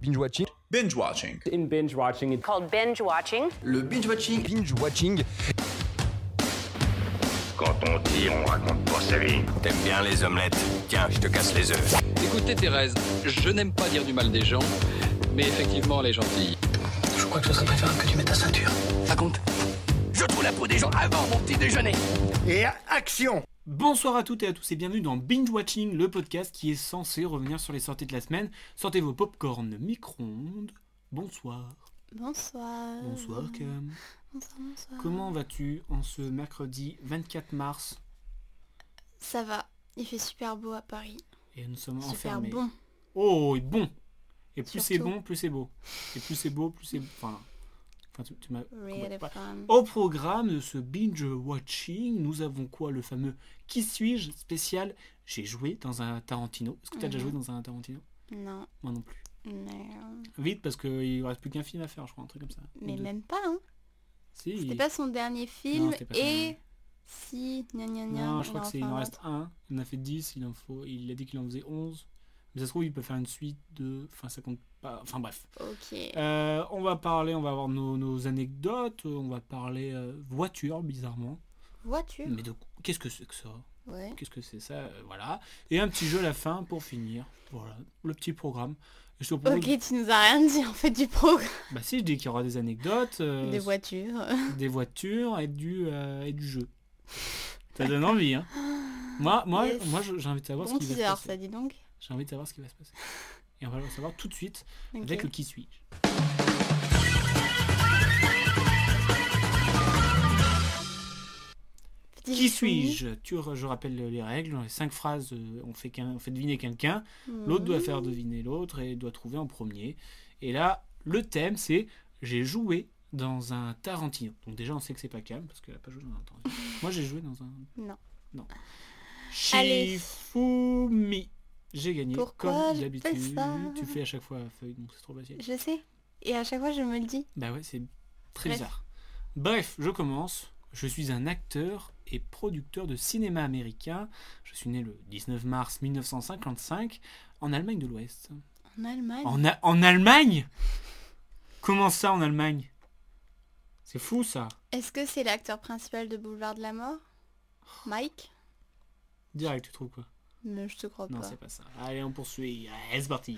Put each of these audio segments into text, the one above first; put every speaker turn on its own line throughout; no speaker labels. Binge watching.
Binge watching.
In binge watching, it
called binge watching.
Le binge watching.
Binge watching.
Quand on tire, on raconte pas sa vie. T'aimes bien les omelettes Tiens, je te casse les œufs.
Écoutez Thérèse, je n'aime pas dire du mal des gens, mais effectivement elle est gentille.
Je crois que ce serait préférable que tu mettes ta ceinture.
Raconte. Je trouve la peau des gens avant mon petit déjeuner.
Et action
Bonsoir à toutes et à tous et bienvenue dans Binge Watching, le podcast qui est censé revenir sur les sorties de la semaine. Sortez vos popcorn micro-ondes. Bonsoir.
Bonsoir.
Bonsoir Cam.
Bonsoir, bonsoir.
Comment vas-tu en ce mercredi 24 mars
Ça va, il fait super beau à Paris.
Et nous sommes
super
enfermés.
bon.
Oh, et bon. Et plus c'est
Surtout.
bon, plus c'est beau. Et plus c'est beau, plus c'est enfin enfin, tu- tu m'as
Really
Ouais.
fun.
Au programme de ce binge watching, nous avons quoi Le fameux Qui suis-je spécial J'ai joué dans un Tarantino. Est-ce que tu as déjà joué dans un Tarantino
Non,
Moi non plus.
mais, euh,
Vite parce qu'il reste plus qu'un film à faire, je crois, un truc comme ça. Ou
mais
deux.
même pas. Hein.
Si.
C'était pas son dernier film
c'était pas son
et
dernier.
si gna gna gna.
Non,
on
je crois
en
que c'est il
fait
en
un
reste
autre.
un. Il en a fait 10, il en faut il a dit qu'il en faisait 11. Mais ça se trouve il peut faire une suite de enfin ça compte pas enfin bref.
Ok.
Euh, on va parler, on va avoir nos, nos anecdotes, on va parler euh, voiture bizarrement.
Voiture.
Mais de qu'est-ce que c'est que ça
Ouais.
Qu'est-ce que c'est ça euh, Voilà. Et un petit jeu à la fin pour finir. Voilà, le petit programme. Je te propose...
Ok, tu nous as rien dit en fait du programme.
Bah si, je dis qu'il y aura des anecdotes, euh,
Des voitures.
des voitures et du, euh, et du jeu. Ça donne envie, hein Moi, moi,
Yes.
moi je- j'ai envie de savoir
Bon
ce qui va
teaser,
se
ça
passer.
dit donc.
J'ai envie de savoir ce qui va se passer. Et on va le savoir tout de suite
Ok.
avec le qui suis-je.
Petit
Qui
Jimmy.
suis-je Tu, re- je rappelle les règles. Dans les cinq phrases, euh, on fait, qu'un- on fait deviner quelqu'un.
Mhm.
L'autre doit faire deviner l'autre et doit trouver en premier. Et là, le thème, c'est j'ai joué dans un Tarantino. Donc déjà, on sait que c'est pas calme parce qu'elle a pas joué dans un Tarantino. Moi, j'ai joué dans un.
Non.
Non.
Allez.
Shifumi. J'ai gagné
Pourquoi
comme
je fais
d'habitude.
ça
Tu fais à chaque fois la feuille, donc c'est trop facile.
Hmm. Je sais. Et à chaque fois je me le dis.
Bah ouais, c'est très
Bref.
bizarre. Bref, je commence. Je suis un acteur et producteur de cinéma américain. Je suis né le 19 mars 1955 en Allemagne de l'Ouest.
En Allemagne.
En, A- en Allemagne Comment ça en Allemagne C'est fou ça.
Est-ce que c'est l'acteur principal de Boulevard de la Mort Mike
Direct, tu trouves quoi
Mais je te crois
Non,
pas.
c'est pas ça. Allez, on poursuit. Allez, c'est parti.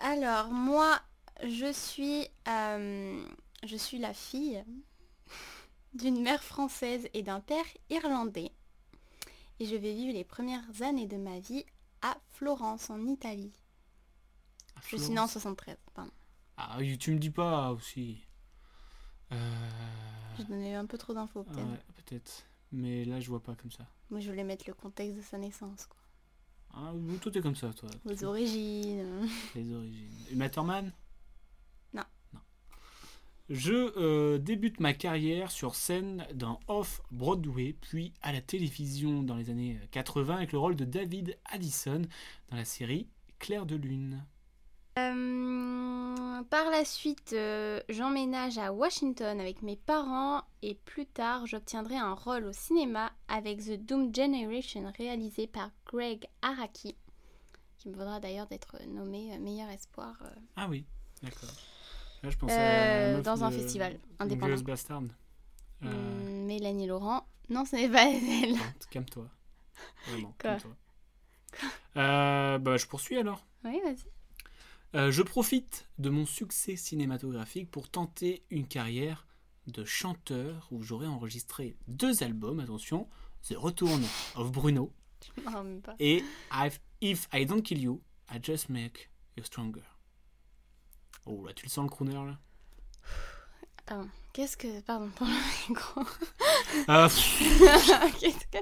Alors, moi, je suis, euh, je suis la fille d'une mère française et d'un père irlandais. Et je vais vivre les premières années de ma vie à Florence, en Italie. Je suis née en 73, pardon.
Ah, tu me dis pas aussi. Euh...
Je donnais un peu trop d'infos, peut-être.
Ah ouais, peut-être. Mais là, je vois pas comme ça.
Moi, je voulais mettre le contexte de sa naissance, quoi.
Ah, tout est comme ça, toi.
Aux origines.
Les origines. Matterman
Non.
Non. Je euh, débute ma carrière sur scène dans Off-Broadway, puis à la télévision dans les années 80 avec le rôle de David Addison dans la série Clair de Lune.
Euh, par la suite, euh, j'emménage à Washington avec mes parents et plus tard, j'obtiendrai un rôle au cinéma avec The Doom Generation réalisé par Greg Araki, qui me vaudra d'ailleurs d'être nommé euh, meilleur espoir euh,
Ah oui, d'accord. Là, je pensais
Euh,
la meuf
dans un
de
festival indépendant.
Glorious Bastard. Euh,
hum, Mélanie Laurent. Non, ce n'est pas elle.
non, Calme-toi. Vraiment,
Hmm. Quoi
calme-toi. Euh, bah, je poursuis alors.
Oui, vas-y.
Euh, je profite de mon succès cinématographique pour tenter une carrière de chanteur où j'aurai enregistré deux albums, attention, The Return of Bruno
Je m'en remets pas.
et I've- If I Don't Kill You, I Just Make You Stronger. Oh là, tu le sens le crooner là
Pardon. Qu'est-ce que. Pardon pour le micro.
Ah, pff,
Qu'est-ce que.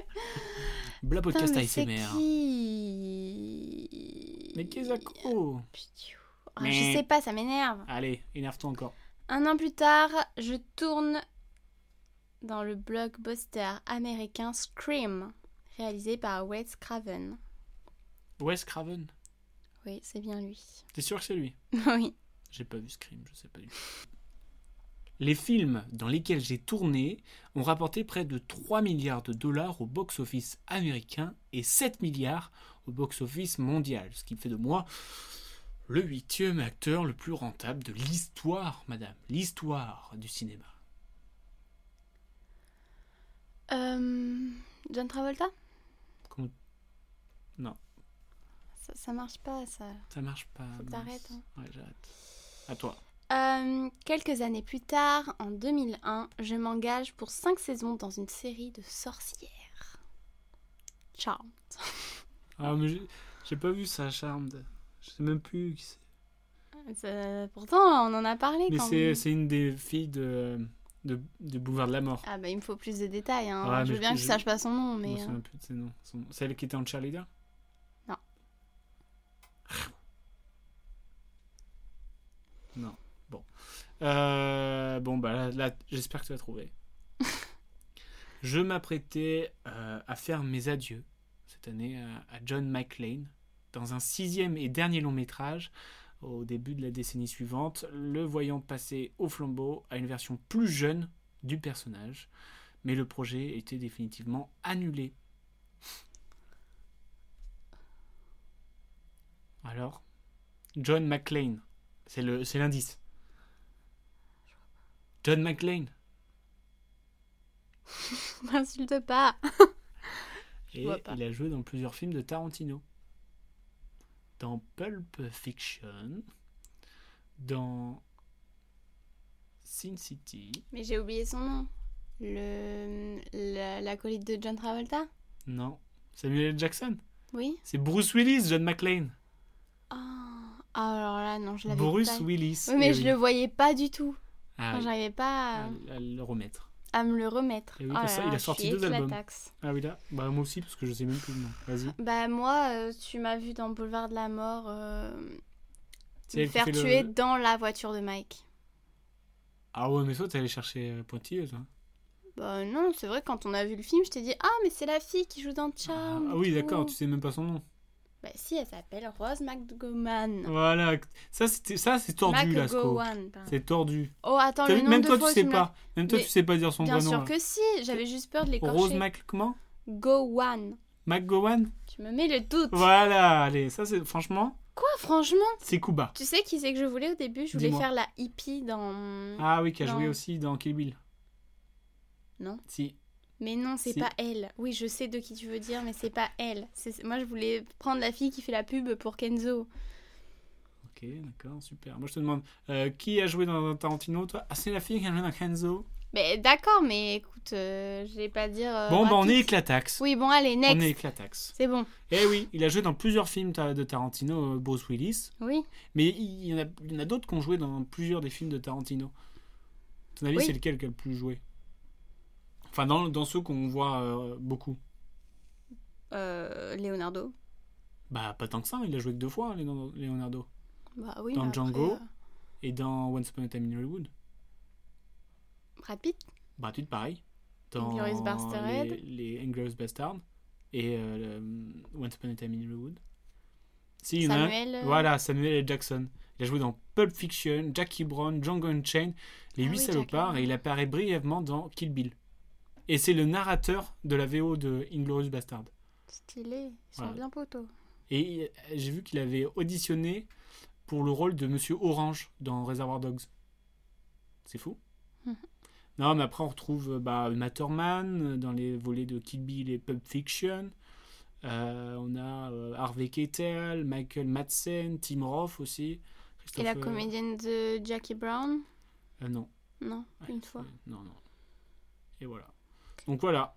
Bla
Putain,
podcast
mais c'est
ASMR.
qui
Mais qu'est-ce que ça- oh.
Pitiou. Ah, je sais pas, ça m'énerve.
Allez, énerve-toi encore.
Un an plus tard, je tourne dans le blockbuster américain Scream, réalisé par Wes Craven.
Wes Craven,
Oui, c'est bien lui.
t'es sûr que c'est lui
oui.
J'ai pas vu Scream, je sais pas du tout. Les films dans lesquels j'ai tourné ont rapporté près de 3 milliards de dollars au box-office américain et 7 milliards au box-office mondial, ce qui fait de moi le huitième acteur le plus rentable de l'histoire, madame, l'histoire du cinéma.
Euh, John Travolta
Comment- Non.
Ça, ça marche pas, ça.
Ça marche pas.
Faut
mince.
que t'arrêtes, hein.
Ouais, j'arrête. À toi.
Euh, quelques années plus tard, en 2001, je m'engage pour 5 saisons dans une série de sorcières. Ciao.
Ah, mais j'ai- j'ai pas vu ça, Charmed. Je sais même plus qui c'est.
Ça- Euh, pourtant, on en a parlé
Mais
quand
c'est-
même.
c'est une des filles de, de, de Boulevard de la Mort.
Ah bah il me faut plus de détails. Hein.
Ouais,
je
mais
veux bien
je-
que je sache pas son nom,
Je me
mais... euh,
souviens plus de ses noms. Son- Celle qui était en cheerleader Ah.
Non.
Non. Bon. Euh, bon, bah là, là, j'espère que tu as trouvé. Je m'apprêtais euh, à faire mes adieux cette année euh, à John McClane dans un sixième et dernier long métrage. Au début de la décennie suivante, le voyant passer au flambeau à une version plus jeune du personnage, mais le projet était définitivement annulé. Alors, John McClane, c'est le- c'est l'indice. John McClane.
M'insulte pas.
Et
vois pas.
il a joué dans plusieurs films de Tarantino. Dans Pulp Fiction, dans Sin City,
Mais j'ai oublié son nom. Le... la- L'acolyte de John Travolta
non, Samuel L. Jackson.
Oui
C'est Bruce Willis, John McClane.
Ah, Ah, alors là, non, je l'avais
Bruce
pas.
Willis.
Oui, mais
eh
je
oui.
le voyais pas du tout.
Ah
Enfin,
oui,
J'arrivais pas à,
à- à le remettre.
à me le remettre.
Eh oui,
Oh
parce ça,
là
il
là,
a
je
sorti
suis
deux albums.
éclataxe.
Ah oui, là, bah, moi aussi, parce que je sais même plus le nom. Vas-y.
Bah moi, euh, tu m'as vu dans Boulevard de la Mort euh,
C'est
me
elle qui
faire
fait le-
tuer dans la voiture de Mike.
Ah ouais, mais toi, t'es allé chercher euh, Pointilleuse. hein.
Bah non, c'est vrai, quand on a vu le film, je t'ai dit « Ah, mais c'est la fille qui joue dans
Ah,
Charm
ah oui, d'accord, tu sais même pas son nom.
Bah si, elle s'appelle Rose McGowan.
Voilà, ça, c'était- ça, c'est tordu, là, Sco.
McGowan, pardon.
C'est tordu.
Oh, attends,
T'as
le
vu,
nombre
même
de
toi,
fois
tu
où
sais
me
pas. Même toi,
Mais
tu sais pas dire son
l'as- Bien
vrai nom.
sûr
là.
que si, j'avais juste peur
Rose
de l'écorcher.
Mac... Comment
Gowan.
McGowan
Tu me mets le doute.
Voilà, allez, ça, c'est franchement,
Quoi, franchement
c'est Kuba.
Tu sais qui c'est que je voulais au début Je voulais
Dis-moi.
faire la hippie dans...
Ah oui, qui a joué
Non.
aussi dans Kill Bill.
Non.
Si.
Mais non, c'est
Si.
pas elle. Oui, je sais de qui tu veux dire, mais c'est pas elle. C'est- Moi, je voulais prendre la fille qui fait la pub pour Kenzo.
Ok, d'accord, super. Moi, je te demande, euh, qui a joué dans Tarantino, toi Ah, c'est la fille qui a joué dans Kenzo.
Mais d'accord, mais écoute, euh, je vais pas dire. euh,
bon,
à
bah, on
toutes.
est éclataxe.
Oui, bon, allez,
on
next.
est éclataxe.
C'est bon.
Eh oui, il a joué dans plusieurs films ta- de Tarantino, euh, Bruce Willis.
Oui.
Mais il y en a, il y en a d'autres qui ont joué dans plusieurs des films de Tarantino. À ton avis,
Oui.
c'est lequel qui a le plus joué Enfin, dans, dans ceux qu'on voit euh, beaucoup.
Euh, Leonardo.
Bah, pas tant que ça, il a joué que deux fois, hein, Léon- Leonardo.
Bah oui.
Dans
mais après,
Django.
euh,
Et dans Once Upon a Time in Hollywood, bah,
Brad Pitt.
Brad Pitt, pareil. Dans
Inglourious Basterds.
les, les Inglourious Basterds et euh, le- Once Upon a Time in Hollywood. Si, il y en a un-
Samuel. euh,
Voilà, Samuel L. Jackson. Il a joué dans Pulp Fiction, Jackie Brown, Django Unchained, Les
Ah
Huit
oui,
Salopards,
Jackie.
et il apparaît brièvement dans Kill Bill. Et c'est le narrateur de la VO de Inglorious Bastard.
Stylé. Ils sont
Voilà.
bien potos.
Et euh, j'ai vu qu'il avait auditionné pour le rôle de Monsieur Orange dans Reservoir Dogs. C'est fou.
Mhm.
Non, mais après on retrouve euh, bah, Uma Thurman euh, dans les volets de Kill Bill et Pulp Fiction. Euh, on a euh, Harvey Keitel, Michael Madsen, Tim Roth aussi.
Et
Christophe,
la
euh,
comédienne de Jackie Brown
euh, Non.
Non,
Ouais,
une fois.
ouais, Non, non. Et voilà. Donc voilà.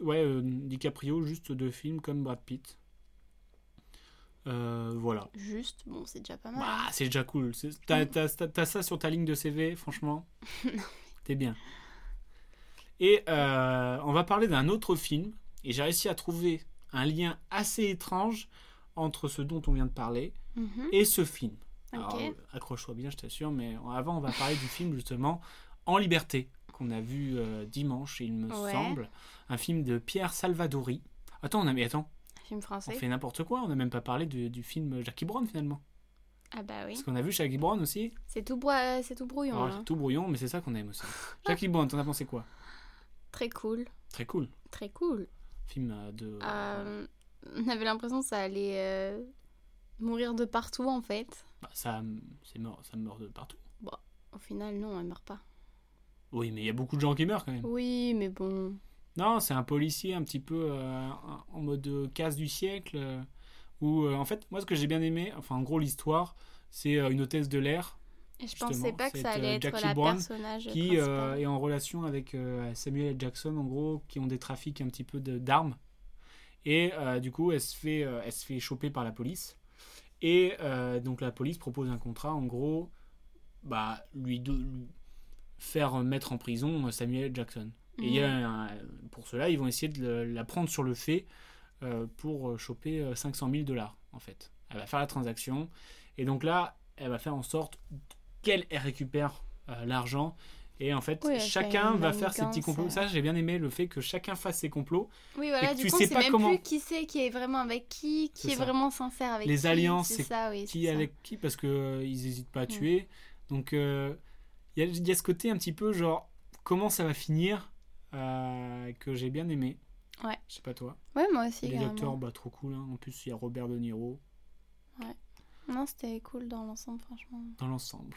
Ouais, euh, DiCaprio, juste deux films comme Brad Pitt. Euh, voilà.
Juste, bon, c'est déjà pas mal.
Bah, c'est déjà cool. C'est-
Mm.
T'as, t'as- t'as- t'as ça sur ta ligne de CV, franchement. T'es bien. Et euh, on va parler d'un autre film. Et j'ai réussi à trouver un lien assez étrange entre ce dont on vient de parler
Mhm.
et ce film. Alors,
Ok.
euh, accroche-toi bien, je t'assure, mais avant, on va parler du film justement En Liberté, qu'on a vu euh, dimanche, il me
Ouais.
semble. Un film de Pierre Salvadori. Attends, on a, mais attends,
Film
on
français.
fait n'importe quoi, on n'a même pas parlé du, du film Jackie Brown finalement.
Ah bah oui.
Parce qu'on a vu Jackie Brown aussi.
C'est tout, brou- c'est tout brouillon.
Alors,
hein.
c'est tout brouillon, mais c'est ça qu'on aime aussi. Jackie Brown, t'en as pensé quoi
Très cool.
Très cool.
Très cool.
Film euh, de.
Euh, on avait l'impression que ça allait euh, Mourir de partout en fait.
Bah, ça, c'est mort, ça meurt de partout.
Au final, non, elle meurt pas.
Oui, mais il y a beaucoup de gens qui meurent quand même.
Oui, mais bon.
Non, c'est un policier un petit peu euh, en mode euh, casse du siècle. euh, où, euh, en fait, moi, ce que j'ai bien aimé, enfin, en gros, l'histoire, c'est euh, une hôtesse de l'air
Et je
Justement,
pensais pas que ça
cette, euh,
allait être
Jackie
la
Brown
personnage
qui euh,
principale.
est en relation avec euh, Samuel L. Jackson, en gros, qui ont des trafics un petit peu de- d'armes. Et euh, du coup, elle se, fait, euh, elle se fait choper par la police. Et euh, donc, la police propose un contrat, en gros, bah, lui, de- lui faire mettre en prison euh, Samuel L. Jackson. Et il y a un- pour cela, ils vont essayer de le- la prendre sur le fait euh, pour euh, choper euh, 500 000 dollars, en fait. Elle va faire la transaction. Et donc là, elle va faire en sorte qu'elle elle récupère euh, l'argent. Et en fait,
Oui, elle fait
chacun
une
va faire ses petits
manigance,
complots.
euh.
Ça, j'ai bien aimé le fait que chacun fasse ses complots.
Oui, voilà,
que
du
tu
coup, on
sais
sait
pas
même
comment-
plus qui c'est qui est vraiment avec qui,
C'est
qui est
ça.
vraiment sincère avec
Les
qui.
alliances, c'est
c'est ça, oui.
Qui
c'est ça. Mm.
avec qui Parce qu'ils n'hésitent pas à tuer. Donc, euh, il y, a- il y a ce côté un petit peu genre comment ça va finir euh, que j'ai bien aimé.
Ouais.
Je sais pas toi.
Ouais, moi aussi,
Et les
carrément.
acteurs, bah, trop cool. hein. En plus, il y a Robert De Niro
Non, c'était cool dans l'ensemble, franchement.
dans l'ensemble.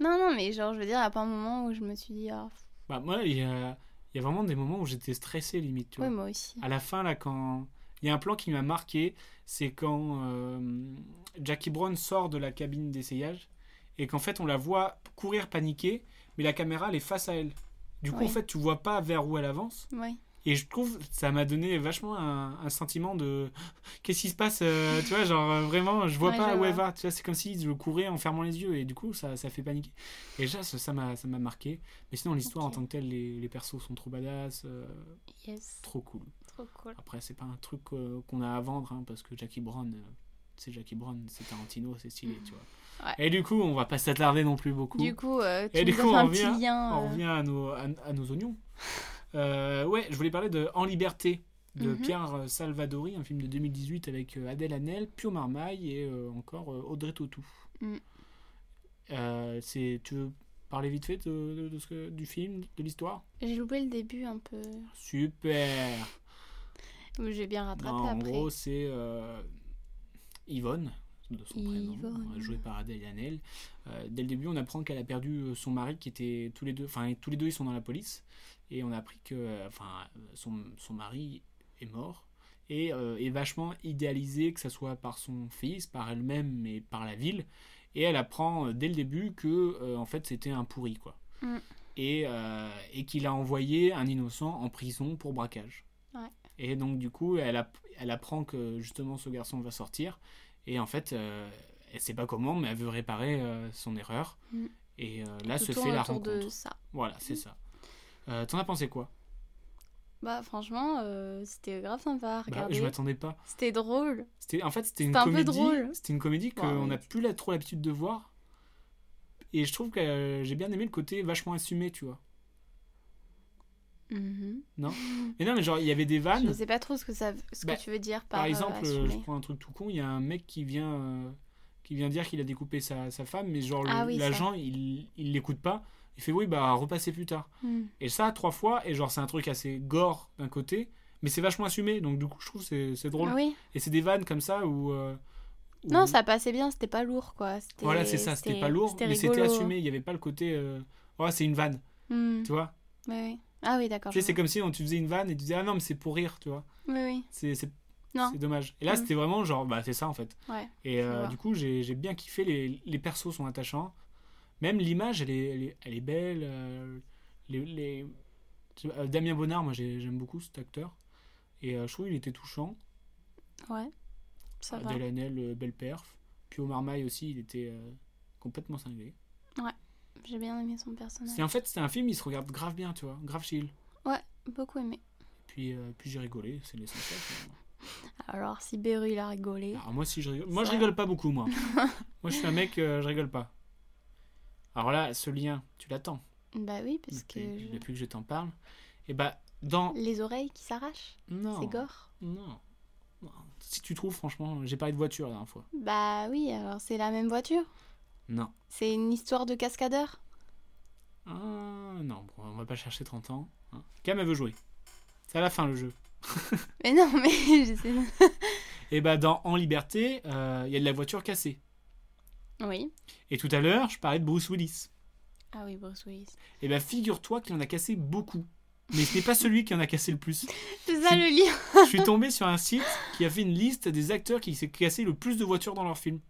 Non, non, mais genre, je veux dire, à pas un moment où je me suis dit, ah, pff,
Bah, moi, il y a, il y a vraiment des moments où j'étais stressé, limite. Tu
ouais,
vois.
moi aussi.
À la fin, là, quand. Il y a un plan qui m'a marqué, c'est quand euh, Jackie Brown sort de la cabine d'essayage et qu'en fait, on la voit courir paniquer, mais la caméra, elle est face à elle. Du coup,
Oui.
en fait, tu vois pas vers où elle avance.
Ouais.
Et je trouve, ça m'a donné vachement un, un sentiment de qu'est-ce qui se passe, euh, tu vois, genre euh, vraiment, je vois
Ouais,
pas
je
où elle
vois.
va, tu vois, c'est comme si je courais en fermant les yeux et du coup, ça, ça fait paniquer. Et déjà, ça ça m'a ça m'a marqué. Mais sinon, l'histoire
Ok.
en tant que telle, les, les persos sont trop badass, euh,
Yes.
trop cool.
Trop cool.
Après, c'est pas un truc euh, qu'on a à vendre, hein, parce que Jackie Brown, euh, c'est Jackie Brown, c'est Tarantino, c'est stylé, tu vois.
Ouais.
Et du coup, on va pas s'attarder non plus beaucoup.
Du coup, euh, tu
Et
me
du coup,
donnes
on
un
revient-
petit lien.
On
euh,
revient à nos, à, à nos oignons. Euh, ouais, je voulais parler de En Liberté de
Mhm.
Pierre euh, Salvadori, un film de 2018 avec euh, Adèle Hanel, Pio Marmaille et euh, encore euh, Audrey Tautou.
Mm.
Euh, c'est, tu veux parler vite fait de, de- de ce que- du film, de l'histoire
J'ai loupé le début un peu.
Super
mais J'ai bien rattrapé
Non, En
après.
gros, c'est euh, Yvonne, de son prénom,
Yvonne.
euh, jouée par Adèle Hanel. Euh, dès le début, on apprend qu'elle a perdu euh, son mari, qui était tous les deux, enfin tous les deux, ils sont dans la police, et on a appris que, euh, enfin, euh, son, son mari est mort et euh, est vachement idéalisé, que ce soit par son fils, par elle-même, et par la ville. Et elle apprend euh, dès le début que, euh, en fait, c'était un pourri, quoi.
Mm.
Et, euh, et qu'il a envoyé un innocent en prison pour braquage.
Ouais.
Et donc, du coup, elle, app- elle apprend que justement ce garçon va sortir. Et en fait, euh, elle sait pas comment, mais elle veut réparer euh, son erreur.
Mm.
Et euh, là
Tout
se
tourne
fait la
autour
rencontre.
de ça. Mm.
Voilà, c'est ça. Euh, T'en as pensé quoi
Bah, franchement, euh, c'était grave sympa à
Bah,
regarder.
Je m'attendais pas.
C'était drôle.
C'était en fait c'était une
C'était un peu
comédie,
drôle. Bah,
c'était une comédie
Ouais,
qu'on
ouais.
n'a plus la- trop l'habitude de voir. Et je trouve que euh, j'ai bien aimé le côté vachement assumé, tu vois.
Mhm.
Mais non, mais genre il y avait des vannes.
Je sais pas trop ce que, ça... ce
Bah,
que tu veux dire par,
Par
euh,
exemple, euh, je
assumer.
prends un truc tout con, il y a un mec qui vient euh, qui vient dire qu'il a découpé sa, sa femme, mais genre le-
Ah oui, ça.
l'agent il il l'écoute pas. Il fait oui bah repassez plus tard.
Mhm.
Et ça trois fois et genre c'est un truc assez gore d'un côté, mais c'est vachement assumé. Donc du coup je trouve que c'est c'est drôle.
Ah Oui.
Et c'est des vannes comme ça où, euh, où-
Non, ça passait bien, c'était pas lourd quoi. C'était-
Voilà, c'est ça, c'était pas lourd, mais c'était
rigolo.
assumé, il n'y avait pas le côté euh, oh, c'est une vanne,
Mm.
tu vois.
Oui, oui. Ah oui, d'accord.
Tu sais, c'est
je vois.
comme si on- tu faisais une vanne et tu disais ah non, mais c'est pour rire, tu vois.
Oui, oui.
C'est c'est-
Non.
c'est dommage. Et là,
Mm.
c'était vraiment genre bah c'est ça en fait.
Ouais,
Et
je
euh,
vois.
du coup, j'ai j'ai bien kiffé, les, les persos sont attachants. Même l'image, elle est, elle, est, elle est belle. euh, les, les- je sais pas, euh, Damien Bonnard, moi j'ai- j'aime beaucoup cet acteur. Et euh, je trouve qu'il était touchant.
Ouais. Ça va.
Delanel, euh, belle perf. Puis Omar Maille aussi, il était euh, complètement cinglé.
J'ai bien aimé son personnage.
C'est en fait, c'est un film, il se regarde grave bien, tu vois, grave chill.
Beaucoup aimé.
Puis, euh, puis j'ai rigolé, c'est l'essentiel. finalement.
Alors, si Beru il a rigolé.
Alors moi aussi, je rigole. Moi, je
Ça.
rigole pas beaucoup, moi. moi, je suis un mec, euh, je rigole pas. Alors là, ce lien, tu l'attends.
Bah oui, parce que.
Depuis,
je-
depuis que je t'en parle. Et bah, dans.
Les oreilles qui s'arrachent
Non.
C'est gore
Non. Non. Si tu trouves, franchement, j'ai parlé de voiture la dernière fois.
Bah oui, alors c'est la même voiture.
Non.
C'est une histoire de cascadeur
Ah, non, bon, on va pas chercher 30 ans. hein. Cam, elle veut jouer. C'est à la fin le jeu.
Mais non, mais je sais.
Et bah dans En Liberté, euh, il y a de la voiture cassée.
Oui.
Et tout à l'heure, je parlais de Bruce Willis.
Ah oui, Bruce Willis.
Et bah figure-toi qu'il en a cassé beaucoup. Mais ce n'est pas celui qui en a cassé le plus.
C'est ça
Tu-
le lien.
Je suis tombé sur un site qui a fait une liste des acteurs qui s'est cassé le plus de voitures dans leur film.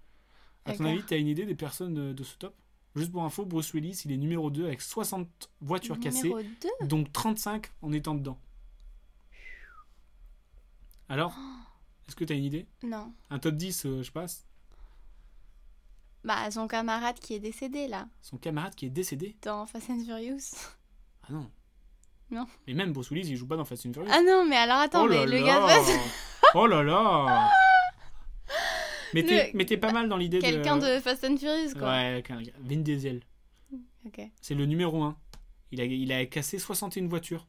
À ton
D'accord.
avis, t'as une idée des personnes euh, de, de ce top Juste pour info, Bruce Willis, il est numéro 2 avec 60 voitures cassées,
Numéro 2.
donc 35 en étant dedans. Alors
Oh.
Est-ce que t'as une idée
Non.
Un top 10, euh, je passe.
Bah, son camarade qui est décédé là,
Son camarade qui est décédé
dans Fast and Furious.
Ah non.
Non.
Mais même Bruce Willis, il joue pas dans Fast and Furious.
Ah non, mais alors attends,
oh là
mais le
là
gars de Fast-
Oh là là Mais
Le-
t'es mais t'es pas mal dans l'idée de...
Quelqu'un de Fast and Furious quoi.
Ouais, quelqu'un- Vin Diesel.
Ok.
C'est le numéro 1. Il a, il a cassé 61 voitures,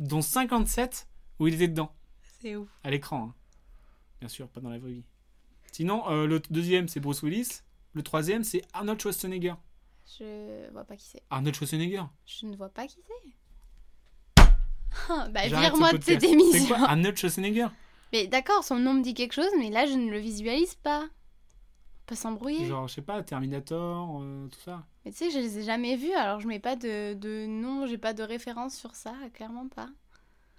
dont 57 où il était dedans,
C'est ouf.
à l'écran. hein. Bien sûr, pas dans la vraie vie. Sinon, euh, le t- deuxième, c'est Bruce Willis. Le troisième, c'est Arnold Schwarzenegger.
Je vois pas qui c'est.
Arnold Schwarzenegger.
Je ne vois pas qui c'est. Ah, bah,
J'arrête
vire-moi
ce
de cette
podcast. C'est
émission.
quoi Arnold Schwarzenegger
Mais d'accord, son nom me dit quelque chose, mais là, je ne le visualise pas. Pas s'embrouiller.
Genre, je sais pas, Terminator, euh, tout ça.
Mais tu sais, je les ai jamais vus, alors je mets pas de, de nom, j'ai pas de référence sur ça, clairement pas.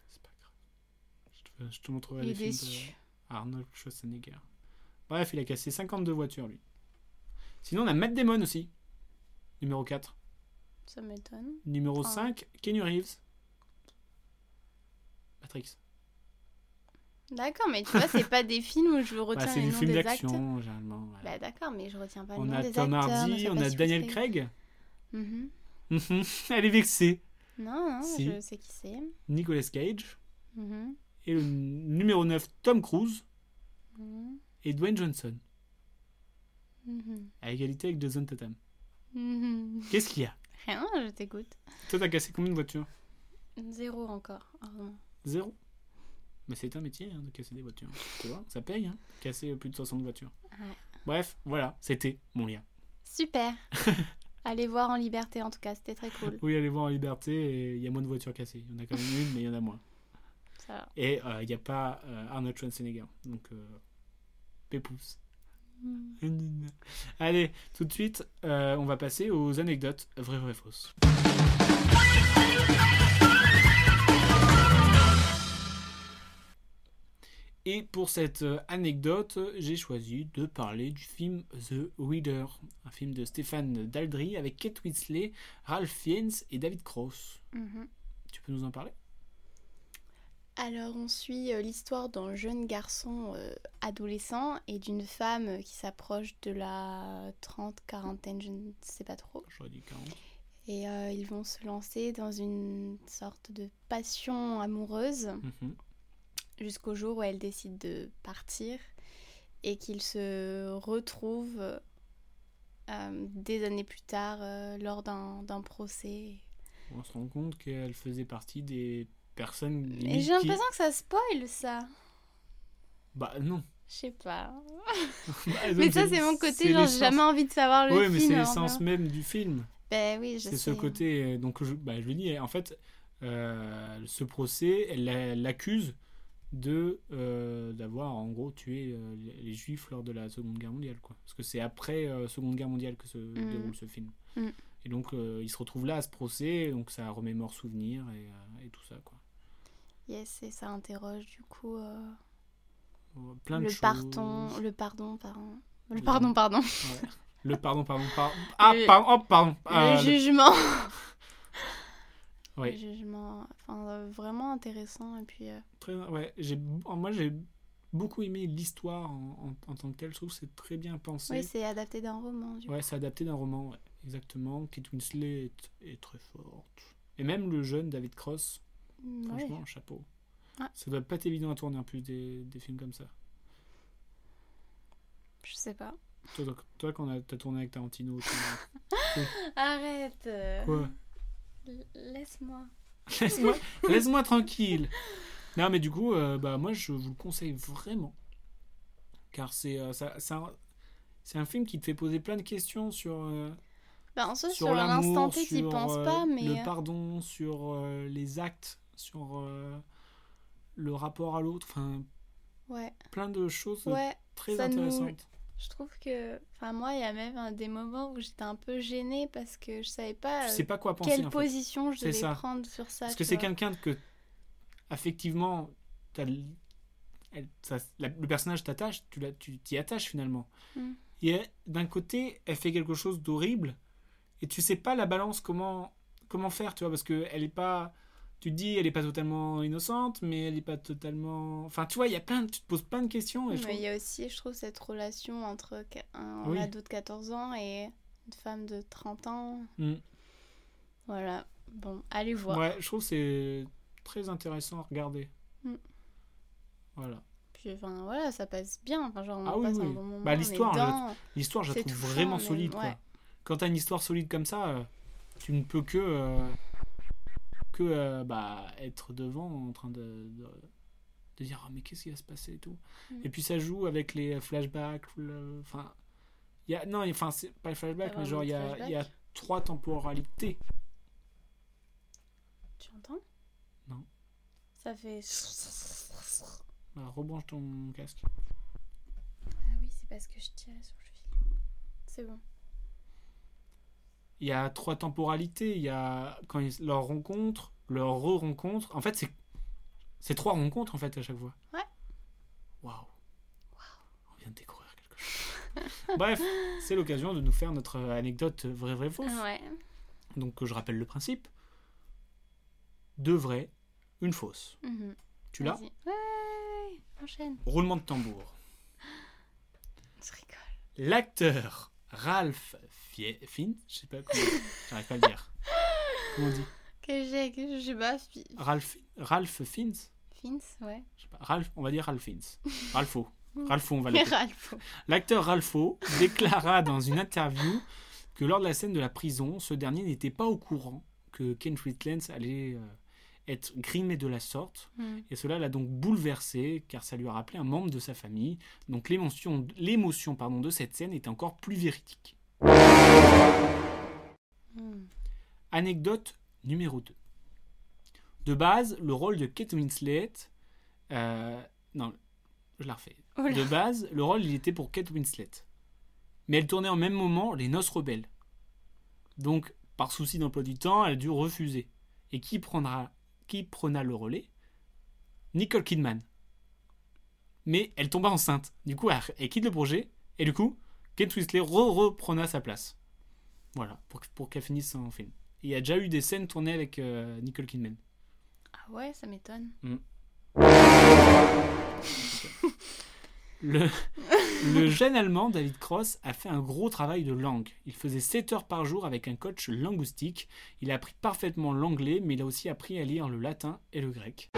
C'est pas grave. Je te, je te montrerai
Il est
les films de
déçu.
Arnold Schwarzenegger. Bref, il a cassé 52 voitures, lui. Sinon, on a Matt Damon aussi. Numéro 4.
Ça m'étonne.
Numéro
Ah.
5, Kenny Reeves. Matrix.
D'accord, mais tu vois, c'est pas des films où je retiens
Bah, c'est
les
du
noms
film
des actes.
d'action, généralement. voilà.
Bah d'accord, mais je retiens pas le
on
nom
a
des
Tom
acteurs. je
Hardy,
sais
on
pas
a
si
Daniel
c'est-
Craig.
Mhm.
Mhm. Elle est vexée.
Non, non,
Si.
je sais qui c'est.
Nicolas Cage.
Mhm.
Et le numéro 9, Tom Cruise.
Mhm.
Et Dwayne Johnson.
Mhm.
À égalité avec Jason Tatum.
Mhm.
Qu'est-ce qu'il y a
Rien, je t'écoute.
Toi, t'as cassé combien de voitures
Zéro encore. heureusement.
Zéro. Mais c'est un métier hein, de casser des voitures. Tu vois, ça paye, hein, casser plus de 60 voitures.
Ouais.
Bref, voilà, c'était mon lien.
Super. Allez voir en liberté, en tout cas, c'était très cool.
Oui, allez voir en liberté, et il y a moins de voitures cassées. Il y en a quand même une, mais il y en a moins.
Ça va.
Et euh, il n'y a pas euh, Arnold Schwarzenegger. Donc, euh, pépouze.
Mhm.
Allez, tout de suite, euh, on va passer aux anecdotes vraies, vraies, fausses. Et pour cette euh, anecdote, j'ai choisi de parler du film The Reader, un film de Stéphane Daldry avec Kate Winslet, Ralph Fiennes et David Cross.
Mhm.
Tu peux nous en parler
Alors on suit euh, l'histoire d'un jeune garçon euh, adolescent et d'une femme euh, qui s'approche de la trente, quarantaine, je ne sais pas trop.
J'aurais dit 40.
Et euh, ils vont se lancer dans une sorte de passion amoureuse
Mhm.
jusqu'au jour où elle décide de partir et qu'ils se retrouvent euh, des années plus tard euh, lors d'un d'un procès.
On se rend compte qu'elle faisait partie des personnes.
Mais
limite,
j'ai
qui-
l'impression que ça spoil ça.
Bah non.
Je sais pas.
Bah,
Mais
donc,
ça, c'est mon côté, genre, j'ai
l'essence-
jamais envie de savoir le
Ouais,
film.
mais c'est
avant de
l'essence même du film.
voir. Ben oui, je sais.
C'est ce côté. euh, Donc, je, bah, je le dis, en fait, euh, ce procès, elle l'a- elle l'accuse de euh, d'avoir en gros tué euh, les juifs lors de la seconde guerre mondiale quoi parce que c'est après euh, seconde guerre mondiale que se
Mm.
déroule ce film
Mm.
et donc euh, il se retrouve là à ce procès donc ça remémore souvenirs et, euh, et tout ça quoi
Yes, et ça interroge du coup euh,
plein de
le
choses
pardon, le pardon, pardon, le
Oui.
pardon, pardon,
Ouais. Le pardon, pardon, pardon. Ah,
Le-
pardon, oh, pardon.
le
Ah, le-
jugement.
Oui.
Le jugement, enfin euh, vraiment intéressant et puis euh,
Très- ouais, j'ai, oh, moi, j'ai beaucoup aimé l'histoire en, en- en tant que telle. Je trouve que c'est très bien pensé.
oui, c'est adapté d'un roman. Du coup.
ouais, c'est adapté d'un roman, ouais. exactement. Kate Winslet est, est très forte. Et même le jeune David Cross,
Mm, ouais.
franchement, chapeau.
Ah.
Ça doit pas être évident à tourner en plus des, des films comme ça.
Je sais pas.
Toi, toi- toi, quand on a- t'as tourné avec Tarantino, tu-
Arrête. euh,
quoi
l- Laisse-moi.
Laisse-moi laisse-moi tranquille. Non, mais du coup, euh, bah, moi, je vous le conseille vraiment. Car c'est euh, ça- c'est un, c'est un film qui te fait poser plein de questions sur, euh,
Bah, en soi, sur,
sur
l'instant
l'amour,
T, t'y
sur
penses
euh,
pas, mais
le
euh,
pardon, sur euh, les actes, sur euh, le rapport à l'autre. Enfin,
Ouais.
plein de choses
Ouais.
très
ça nous-
intéressantes.
Je trouve que. Enfin, moi, il y a même un des moments où j'étais un peu gênée parce que je savais pas
Tu
euh,
sais pas quoi penser.
quelle
en fait.
position je
C'est
devais
ça.
prendre sur ça.
Parce
tu
que c'est
vois.
quelqu'un que, affectivement, t'as l- elle- ça- la- le personnage t'attache, tu la- tu t'y attaches finalement.
Mm.
Et elle- d'un côté, elle fait quelque chose d'horrible, et tu sais pas la balance comment comment faire, tu vois, parce que elle est pas, tu te dis, elle est pas totalement innocente, mais elle est pas totalement, enfin, tu vois, il y a plein, de- tu te poses plein de questions. Et je
Mais il
trouve-
y a aussi, je trouve, cette relation entre qu- un
Oui.
ado de 14 ans et une femme de 30 ans.
Mm.
Voilà. Bon, allez voir.
Ouais, je trouve que c'est très intéressant à regarder.
Mm.
Voilà.
Puis, enfin, voilà, ça passe bien. Enfin, genre, on
Ah oui,
passe un
oui.
bon moment.
Bah,
on est
l'histoire, je la
dedans.
L'histoire, je la
C'est
trouve
touchant,
vraiment
mais-
solide. quoi.
ouais.
Quand t'as une histoire solide comme ça, euh, tu ne peux que, euh, que euh, bah, être devant en train de, de, de dire Ah, mais qu'est-ce qui va se passer et tout.
Mm.
Et puis ça joue avec les flashbacks. le- Enfin, il y a, non, enfin, c'est pas les flashbacks,
T'as
mais genre, il y
vraiment
a,
des
il y a trois temporalités.
Tu entends
Non.
Ça fait.
Bah, rebranche ton casque.
Ah oui, c'est parce que je tirais sur le fil. C'est bon.
il y a trois temporalités. Il y a quand ils, leur rencontre, leur re-rencontre. En fait, c'est c'est trois rencontres en fait à chaque fois.
Ouais.
Waouh. On vient de découvrir quelque chose. Bref, c'est l'occasion de nous faire notre anecdote vraie vraie fausse.
Ah Ouais.
Donc je rappelle le principe. Deux vraies, une fausse.
Mhm.
Tu l'as
Vas-y. Ouais, enchaîne.
Roulement de tambour.
Je rigole.
L'acteur Ralph Fie- Fiennes, je sais pas comment, j'arrive pas à le dire. Comment on dit
Que j'ai, que je je sais pas. fi-
Ralph Ralph Fiennes
Fins, ouais.
je sais pas, Ralph, on va dire Ralph Fiennes. Ralpho. Ralpho, on va l'appeler.
Ralph.
L'acteur Ralpho déclara dans une interview que lors de la scène de la prison, ce dernier n'était pas au courant que Ken Whitlands allait euh, être grimé de la sorte.
Mm.
Et cela l'a donc bouleversé, car ça lui a rappelé un membre de sa famille. Donc l'émotion l'émotion, pardon, de cette scène était encore plus véridique.
Mm.
Anecdote numéro 2. De base, le rôle de Kate Winslet... euh, non, je la refais.
Oh là.
De base, le rôle, il était pour Kate Winslet. Mais elle tournait en même moment Les Noces Rebelles. Donc, par souci d'emploi du temps, elle a dû refuser. Et qui prendra, qui prena le relais Nicole Kidman. Mais elle tomba enceinte. Du coup, elle, elle quitte le projet. Et du coup, Kate Winslet reprena sa place. Voilà, pour, pour qu'elle finisse son film. Et Il y a déjà eu des scènes tournées avec euh, Nicole Kidman.
Ah ouais, ça m'étonne.
Le, le jeune Allemand David Cross a fait un gros travail de langue. Il faisait 7 heures par jour avec un coach linguistique. Il a appris parfaitement l'anglais, mais il a aussi appris à lire le latin et le grec.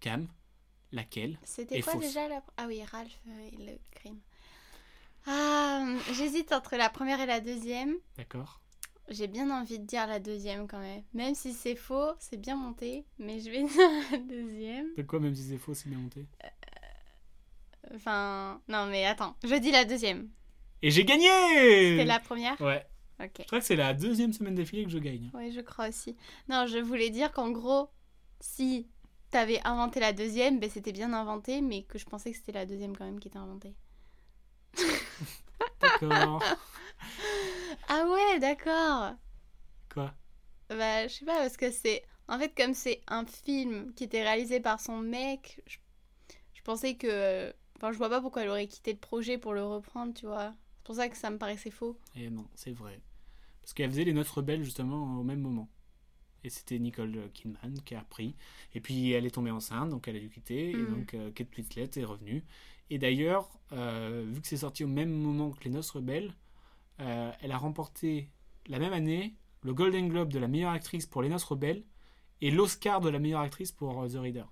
Cam, laquelle
C'était
Et
quoi
fausse.
déjà la. Ah oui, Ralph euh, et le crime. Ah, hum, j'hésite entre la première et la deuxième.
D'accord
J'ai bien envie de dire la deuxième quand même. Même si c'est faux, c'est bien monté. Mais je vais dire la deuxième.
De quoi, même si c'est faux, c'est bien monté
Enfin, non mais attends. Je dis la deuxième.
Et j'ai gagné Mmh.
C'était la première
Ouais.
Ok.
Je crois que c'est la deuxième semaine d'affilée que je gagne.
Oui, je crois aussi. Non, je voulais dire qu'en gros, si t'avais inventé la deuxième, ben c'était bien inventé, mais que je pensais que c'était la deuxième quand même qui était inventée.
D'accord.
Ah ouais, d'accord.
quoi
Bah, je sais pas, parce que c'est. En fait, comme c'est un film qui était réalisé par son mec, je, je pensais que. Enfin, je vois pas pourquoi elle aurait quitté le projet pour le reprendre, tu vois. C'est pour ça que ça me paraissait faux.
Et Eh non, c'est vrai. Parce qu'elle faisait les notes rebelles justement au même moment. Et c'était Nicole euh, Kidman qui a repris. Et puis elle est tombée enceinte, donc elle a dû quitter. Et
Mm.
donc euh, Kate Winslet est revenue. Et d'ailleurs, euh, vu que c'est sorti au même moment que les noces rebelles, euh, elle a remporté la même année le Golden Globe de la meilleure actrice pour les noces rebelles et l'Oscar de la meilleure actrice pour euh, The Reader.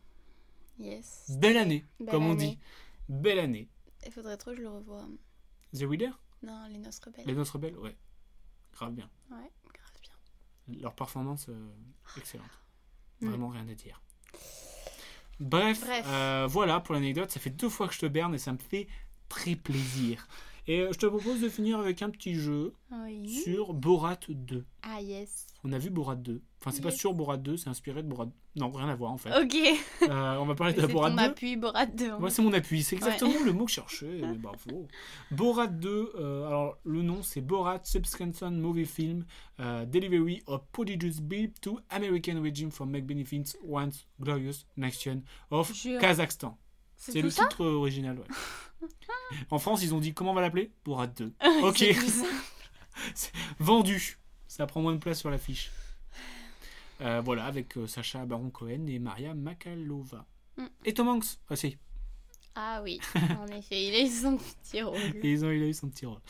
Yes.
Belle année,
Belle
comme on
année.
dit. Belle année.
Il faudrait trop que je le revoie.
The Reader
Non, Les Noces Rebelles.
Les noces rebelles Ouais. Grave bien.
Ouais, grave bien.
Leur performance, euh, excellente.
Mm.
Vraiment rien à dire. Bref,
Bref.
euh, voilà pour l'anecdote. Ça fait deux fois que je te berne et ça me fait très plaisir. Et euh, je te propose de finir avec un petit jeu
Oui.
sur Borat 2.
Ah yes.
On a vu Borat 2. Enfin, c'est pas
Yes.
sur Borat 2, c'est inspiré de Borat 2. Non, rien à voir en fait.
Ok.
Euh, on va parler de
C'est
Borat
ton
2.
appui Borat 2.
Moi, c'est mon appui, c'est exactement le mot que je cherchais. mais Bravo. Borat 2, euh, alors le nom c'est Borat Subscription Movie Film euh, Delivery of Prodigious Beep to American Regime for Make Benefits Once Glorious Nation of
Je-
Kazakhstan.
C'est
C'est
tout
le
ça
titre euh, original, ouais. en France, ils ont dit comment on va l'appeler Borat 2. Ok.
C'est tout ça.
Vendu. Ça prend moins de place sur l'affiche. Euh, voilà, avec euh, Sacha Baron Cohen et Maria Makalova.
Mm.
Et Tom Hanks aussi.
Ah oui, en effet, il est son petit rôle.
Et ils ont, il a eu son petit rôle.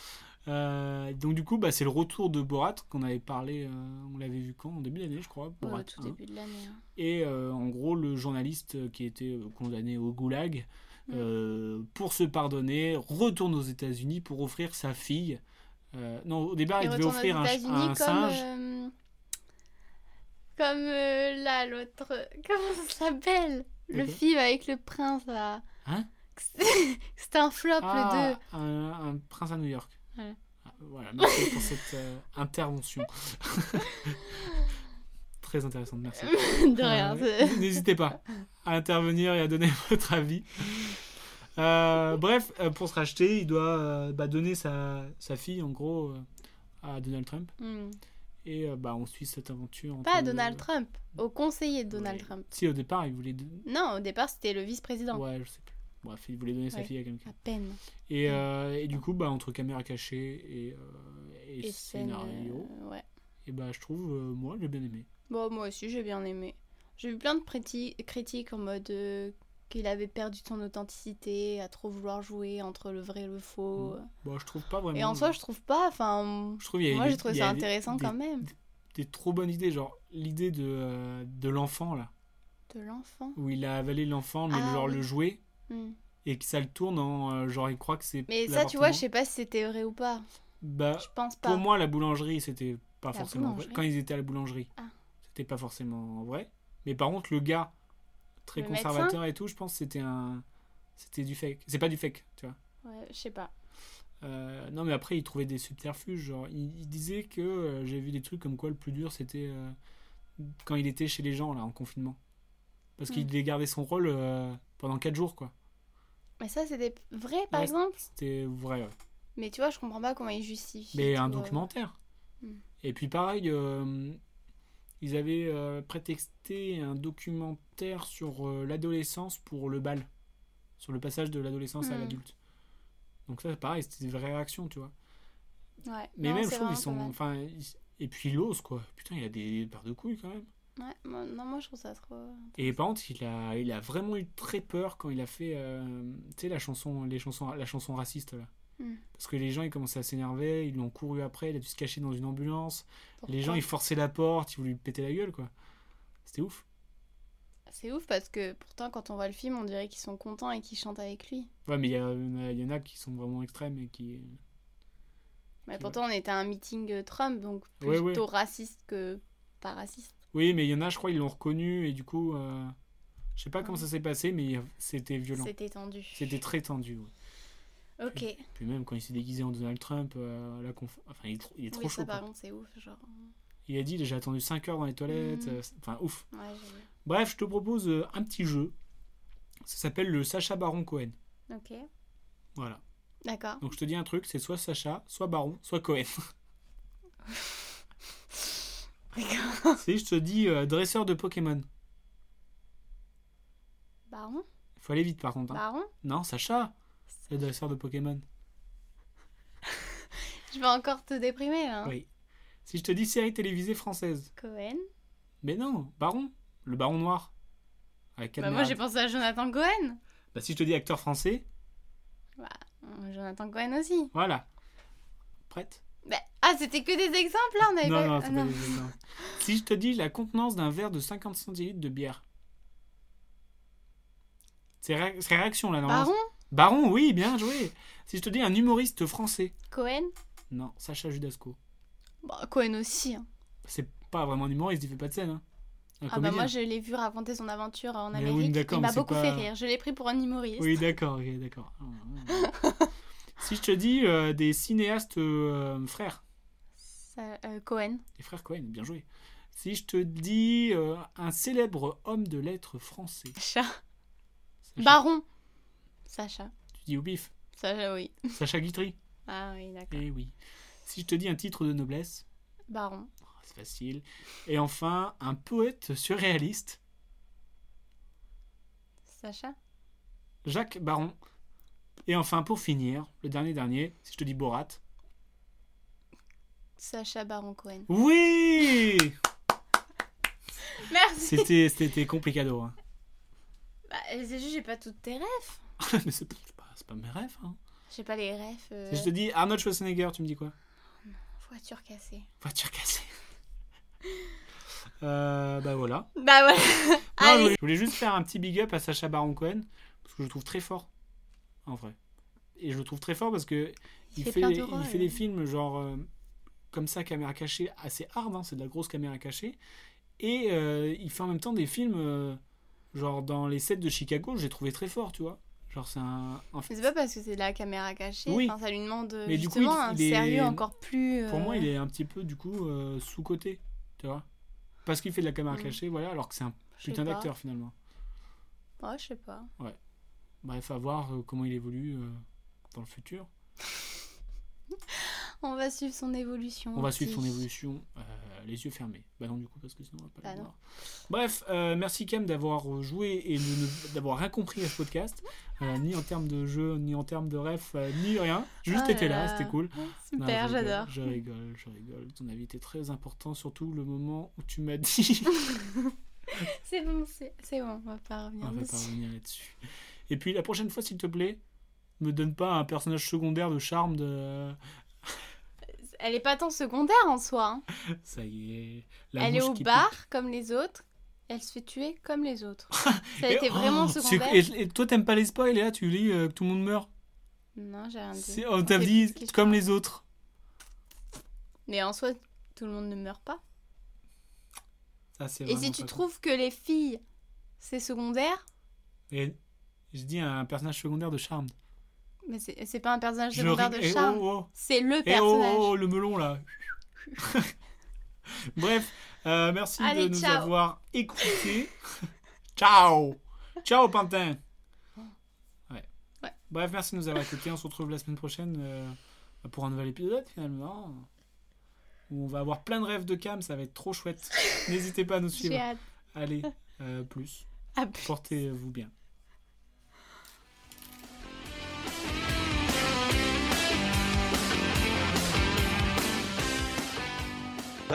Euh, donc du coup, bah, c'est le retour de Borat qu'on avait parlé, euh, on l'avait vu quand En début d'année, je crois. Borat,
Au tout
hein.
début de l'année. hein.
Et euh, en gros, le journaliste qui était euh, condamné au goulag,
Mm.
euh, pour se pardonner, retourne aux États-Unis pour offrir sa fille. Euh, non, au départ, il,
Il
devait
retourne
offrir
aux
un, ch-
États-Unis
un
comme.
singe.
euh, Comme euh, là, l'autre. Comment ça s'appelle Le
Lequel
film avec le prince là.
Hein
C'est un flop
Ah,
le 2.
un, un prince à New York.
Voilà.
Ah, Voilà, merci pour cette euh, intervention. Très intéressante, merci.
De rien.
Euh,
c'est-
N'hésitez pas à intervenir et à donner votre avis. Euh, bref, euh, pour se racheter, il doit euh, bah, donner sa, sa fille, en gros, euh, à Donald Trump.
Hmm.
Et euh, bah, on suit cette aventure. entre
Pas à
le-
Donald Trump, au conseiller de Donald
Ouais.
Trump.
Si, au départ, il voulait, don-
Non, au départ, c'était le vice-président.
ouais, je sais plus. Bref, il voulait donner sa
Ouais. Ah,
fille à
À
quelqu'un.
peine.
Et, euh, et du coup, bah, entre caméra cachée et, euh, et
Et scène,
scénario,
euh, ouais.
et bah, je trouve, euh, moi, j'ai bien aimé.
Bon, moi aussi, j'ai bien aimé. J'ai vu plein de préti- critiques en mode euh, qu'il avait perdu son authenticité, à trop vouloir jouer entre le vrai et le faux.
Bon, Bah, je trouve pas vraiment.
Et en soi, je trouve pas. Enfin,
je trouve il y a
moi,
des-
j'ai trouvé
il y a
ça
des-
intéressant
des-
quand même.
des trop bonnes idées, genre l'idée de, euh, de l'enfant là,
De l'enfant.
où il a avalé l'enfant, mais
Ah,
genre
oui.
le jouet,
Hmm.
et que ça le tourne en euh, genre il croit que c'est.
Mais ça, tu
l'avortement.
vois, je sais pas si c'était vrai ou pas.
Bah,
Je pense pas.
pour moi, la boulangerie, c'était pas
La
forcément vrai.
boulangerie.
Quand ils étaient à la boulangerie,
Ah.
c'était pas forcément vrai. Mais par contre, le gars, très
Le
conservateur et tout, je pense que c'était un. C'était du fake. C'est pas du fake, tu vois.
Ouais, je sais pas.
Euh, non, mais après, il trouvait des subterfuges. Genre, il, il disait que euh, j'ai vu des trucs comme quoi le plus dur, c'était euh, quand il était chez les gens, là, en confinement. Parce qu'il
Mm.
devait garder son rôle euh, pendant 4 jours, quoi.
Mais ça, c'était vrai, par
Ouais.
exemple.
C'était vrai. ouais.
Mais tu vois, je comprends pas comment il justifie.
Mais un
tout, euh.
documentaire.
Mm.
Et puis, pareil, euh, ils avaient euh, prétexté un documentaire sur euh, l'adolescence pour le bal. Sur le passage de l'adolescence à
Mm.
l'adulte. Donc, ça, pareil, c'était des vraies réactions, tu vois.
Ouais.
Mais
Non,
même,
c'est
je trouve, ils sont.
vraiment pas
Enfin, ils- et puis il ose, quoi. Putain, il a des paires de couilles quand même.
mal. Ouais, moi- non, moi, je trouve ça trop.
Et par contre, il a, il a vraiment eu très peur quand il a fait, euh, tu sais, la chanson, les chansons, la chanson raciste là.
Hmm.
Parce que les gens, ils commençaient à s'énerver, ils l'ont couru après, il a dû se cacher dans une ambulance.
Pourquoi
les gens, ils forçaient la porte, ils voulaient lui péter la gueule, quoi. C'était ouf.
C'est ouf parce que pourtant, quand on voit le film, on dirait qu'ils sont contents et qu'ils chantent avec lui.
Ouais, mais il y, a- il y en a qui sont vraiment extrêmes et qui.
Mais
Ouais.
pourtant, on était à un meeting euh, Trump, donc
Ouais,
plutôt raciste que pas raciste.
Oui, mais il y en a, je crois, ils l'ont reconnu et du coup, euh, je sais pas comment ça s'est passé, mais il y a- c'était violent.
C'était tendu.
C'était très tendu. ouais.
Ok.
Puis même quand il s'est déguisé en Donald Trump, euh, la conf- enfin, il, est trop- il est trop
oui,
chaud.
ça, par
quoi.
contre, c'est ouf. Genre,
Il a dit j'ai attendu 5 heures dans les toilettes.
Mhm.
euh, c'est- Enfin, ouf.
ouais, j'ai
Bref, je te propose euh, un petit jeu. Ça s'appelle le Sacha Baron Cohen.
Ok.
Voilà.
D'accord.
Donc je te dis un truc c'est soit Sacha, soit Baron, soit Cohen.
D'accord.
si je te dis euh, dresseur de Pokémon.
Baron
Faut aller vite par contre. hein.
Baron
Non, Sacha Le dresseur de Pokémon.
Je vais encore te déprimer, là. hein.
Oui. Si je te dis série télévisée française.
Cohen
Mais non, Baron. Le Baron Noir. Avec
Bah,
Cadmerade.
moi, j'ai pensé à Jonathan Cohen.
Bah, si je te dis acteur français,
Euh, Jonathan Cohen aussi.
voilà. Prête
Bah, ah, c'était que des exemples, là On avait
Non,
pas...
non,
ah,
c'est pas des- non. Si je te dis la contenance d'un verre de 50 centilitres de bière. C'est ré- c'est réaction là, normalement.
Baron
Baron, oui, bien joué. Si je te dis un humoriste français.
Cohen
Non, Sacha Judasco.
Bah, Cohen aussi. hein.
C'est pas vraiment un humoriste, il fait pas de scène. Hein. Un
Ah bah
comédien.
moi je l'ai vu raconter son aventure en
Mais
Amérique.
oui, d'accord,
il
mais
m'a
c'est
beaucoup
pas-
fait rire. Je l'ai pris pour un humoriste.
Oui, d'accord, ok, d'accord. Si je te dis euh, des cinéastes euh, frères,
Ça, euh, Cohen.
les frères Cohen, bien joué. Si je te dis euh, un célèbre homme de lettres français,
Chat.
Sacha-
Baron. Sacha.
tu dis au bif,
Sacha, oui.
Sacha Guitry.
Ah oui, d'accord.
Eh oui. Si je te dis un titre de noblesse,
Baron.
oh, c'est facile. Et enfin, un poète surréaliste,
Sacha.
Jacques Baron. Et enfin, pour finir, le dernier dernier, si je te dis Borat.
Sacha Baron Cohen.
Oui
Merci.
C'était c'était complicado. hein.
Bah, c'est juste, j'ai pas toutes tes rêves.
Mais c'est c'est pas, c'est pas mes rêves. hein.
J'ai pas les rêves. euh,
Si je te dis Arnold Schwarzenegger, tu me dis quoi
Voiture cassée.
Voiture cassée. Euh, bah voilà.
Bah ouais.
Non, je, voulais,
Allez.
je voulais juste faire un petit big up à Sacha Baron Cohen parce que je le trouve très fort en vrai. Et je le trouve très fort parce que
Il
il
fait
fait,
plein
des-
de rôles,
il fait
ouais.
des films genre euh, comme ça caméra cachée assez hard, hein, c'est de la grosse caméra cachée. Et euh, il fait en même temps des films euh, genre dans les sets de Chicago, j'ai trouvé très fort, tu vois. Genre c'est un en fait,
Mais c'est pas parce que c'est de la caméra cachée.
Oui.
Enfin, ça lui demande euh,
Mais du coup,
justement
il-
un
il est-
sérieux encore plus.
Pour
euh,
moi, il est un petit peu du coup sous côté, tu vois. Parce qu'il fait de la caméra
Mm.
cachée, voilà, alors que c'est un
je sais
putain
pas.
d'acteur finalement.
Ouais, je sais pas.
Bref, à voir euh, comment il évolue euh, dans le futur.
On va suivre son évolution.
On va
petit.
suivre son évolution, euh, les yeux fermés. Bah non, du coup, parce que sinon on va pas
Bah
le
non.
voir. Bref, euh, merci Cam d'avoir joué et de ne- d'avoir rien compris à ce podcast, Euh, ni en termes de jeu, ni en termes de ref, euh, ni rien. Juste
Ah
t'étais là,
là là.
c'était cool. Non, je
Super,
rigole,
j'adore.
Je rigole, je rigole. Ton avis était très important, surtout le moment où tu m'as dit.
C'est bon, c'est c'est bon, on va pas
On
revenir
va pas
dessus.
revenir là-dessus. Et puis la prochaine fois, s'il te plaît, me donne pas un personnage secondaire de charme de.
Elle est pas tant secondaire en soi. hein.
Ça y est.
Elle est
mouche
au
qui
bar comme les autres. Elle se fait tuer comme les autres. Ça a
pique.
été
Et-
vraiment
oh,
secondaire.
c'est- Et, et toi, t'aimes pas les spoils, et là, tu lis euh, que tout le monde meurt.
Non, j'ai rien dit.
C'est- On t'a
C'est
dit
plus ce qui se
comme
passe.
les autres.
Mais en soi, tout le monde ne meurt pas.
Ça, c'est
Et
vraiment
si tu
pas
trouves que les filles, c'est secondaire,
cool. Et je dis un personnage secondaire de charme.
mais c'est c'est pas un personnage
Je
secondaire
ris-
de
eh oh,
charme.
oh.
C'est le
Eh oh,
personnage.
oh, oh, le melon là. Bref, euh, merci
Allez,
de nous
ciao.
avoir écoutés. ciao. Ciao Pantin. Ouais.
Ouais.
Bref, merci de nous avoir écoutés. On se retrouve la semaine prochaine euh, pour un nouvel épisode finalement. Où on va avoir plein de rêves de cam, ça va être trop chouette. N'hésitez pas à nous
J'ai
suivre.
hâte.
Allez, euh, plus.
Ah, plus.
Portez-vous bien.
Je